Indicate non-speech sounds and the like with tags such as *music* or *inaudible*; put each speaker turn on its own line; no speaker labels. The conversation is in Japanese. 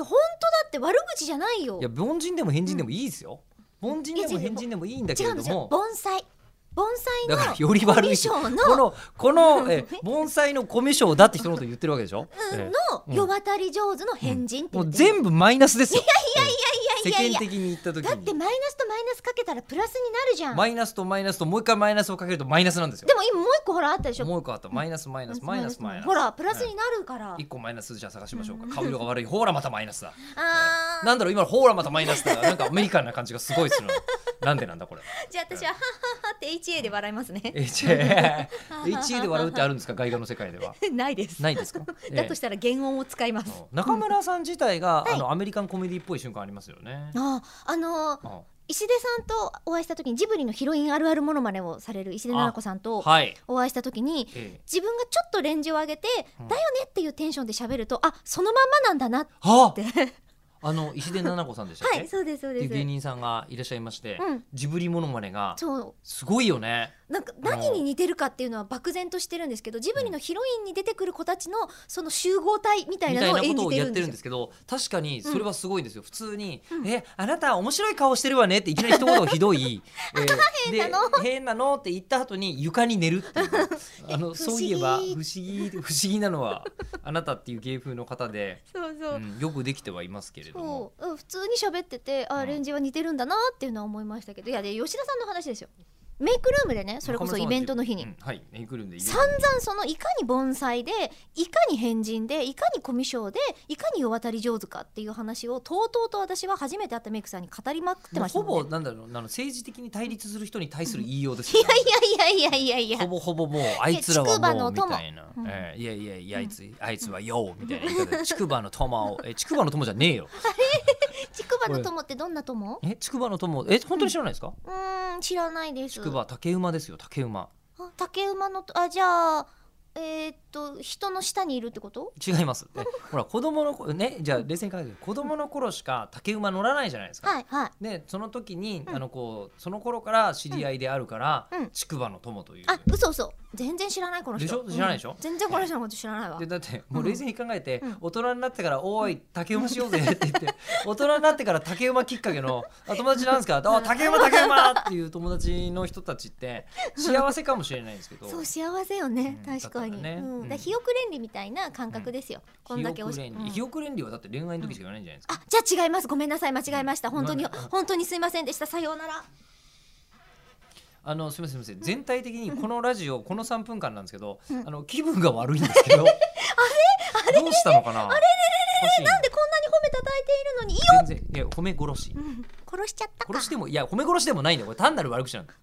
って悪口じゃないよ
いや凡人でも変人でもいいですよ、凡人でも変人でもいいんだけ
違
れ
うんで
ど
すよ
も
盆栽盆
だから
栽の
より悪いし
コミュ
こ
障の
のこのえ盆栽のコミュ障だって人のこと言ってるわけでしょ、
うん
えうん
の世渡り上手の変人って
えも
言っ
う
てる
全部マイナスですよ
いやいやいやい
世間
や
的に言った時
だって
に
マイナスとマイナスかけたらプラスになるじゃん
マイナスとマイナスともう一回マイナスをかけるとマイナスなんですよ
でも今もう一個ほらあったでしょ
もう一個あったマイナスマイナスマイナスマイナス
ほらプラスになるから、
一個マイナスじゃあ探しましょうか顔色が悪いほらまたマイナスだ
あー
なんだろう今のほらまたマイナスだなんかアメリカンな感じがすごいするのなんでなんだこれ
じゃあ私ははっはっはって HA で笑いますね *laughs*
HA HA で笑うってあるんですか外画の世界では
ないです
ないですか
*laughs* だとしたら原音を使いま
え
す
え中村さん自体が、
はい
あのアメリカンコメディっぽい瞬間ありますよね
ああのー
あ
石出さんとお会いした時にジブリのヒロインあるあるモノマネをされる石出奈々子さんと
はい、
お会いした時に
ええ
自分がちょっとレンジを上げて、
うん
だよねっていうテンションで喋るとあそのまんまなんだなっ
は
て
ああの石出奈々子さんでしたっ
*laughs*
け、
はいそうですそう
って
で
いう芸
す
人さんがいらっしゃいまして、
うん
ジブリモノマネが
そう
すごいよね
なんか何に似てるかっていうのは漠然としてるんですけどジブリのヒロインに出てくる子たちのその集合体みたい
み
な
たい
のを
なこ
演
と
じ
を
て
やっ
るん
て
です
るん
よ
ですけど確かにそれはすごいんですよ、普通に、
うん
えあなた面白い顔してるわねっていきなり一言ひ
*laughs*
どい、えー
変なの
で変なのって言った後に床に寝る
*laughs*
っていうあ
不思
の
議
そういえば不思議不思議なのはあなたっていう芸風の方で、
そうそうう、
ん、よくできてはいますけれども
そううん普通に喋ってて
う
あ
ん
レンジは似てるんだなっていうのは思いましたけどいやで吉田さんの話ですよメイクルームでねそれこそイベントの日に
うんはいメイクルームでイベント
散々そのいかに盆栽でいかに変人でいかにコミュ障でいかに世渡り上手かっていう話をとうとうと私は初めて会ったメイクさんに語りまくってました
ほ
もんね、
ぼなんだろうあの政治的に対立する人に対する言いようです
い
よ
やいやいやいやいやい
ほ
や
ぼほぼもうあいつらは
筑波
も
の
うみ
友
たいな、
うん
ええいやいやいやあいつ、あいつはようみたいな言い方で筑波の友をえ筑波の友じゃねえよ
筑波の友ってどんな友
え筑波の友え本当に知らないですか
うーん知らないです
筑波竹馬ですよ竹馬
あ竹馬のとあじゃあえーっと人の下にいるってこと
違いますえほら子供の頃ねじゃあ冷静に考えて子供の頃しか竹馬乗らないじゃないですか、
はいはい
でその時に、
うん
あのこうその頃から知り合いであるから、
うん
筑波の友という
あ嘘嘘全然知らないこの人
でしょ知らないでしょ
うん全然この人のこと知らないわ
でだってもう冷静に考えて、
うん
大人になってから「おーい竹馬しようぜ」って言
*laughs*
って大人になってから竹馬きっかけの「あ友達なんですか?」あ竹馬竹馬!」っていう友達の人たちって幸せかもしれないんですけど
そう幸せよね、
うん
確かに、
だったらね
うん
うん
だからひよくれんりみたいな感覚ですよ、こんだけ
記憶
し
連理
うん
記憶連理はだって恋愛の時しか言わないんじゃないですか、
あじゃあ違いますごめんなさい間違えました本当に
うん
本当にすいませんでしたさようなら
あのすみませんすみません全体的にこのラジオこの3分間なんですけど、
うん
あの気分が悪いんですけどあれあれどうしたのかなあれれれ
なんでこんなに褒めたたいて
*laughs*
いるのにいいよ、
全然いや褒め殺し
うん殺しちゃったか
殺してもいや褒め殺しでもないんだよこれ単なる悪口なんだ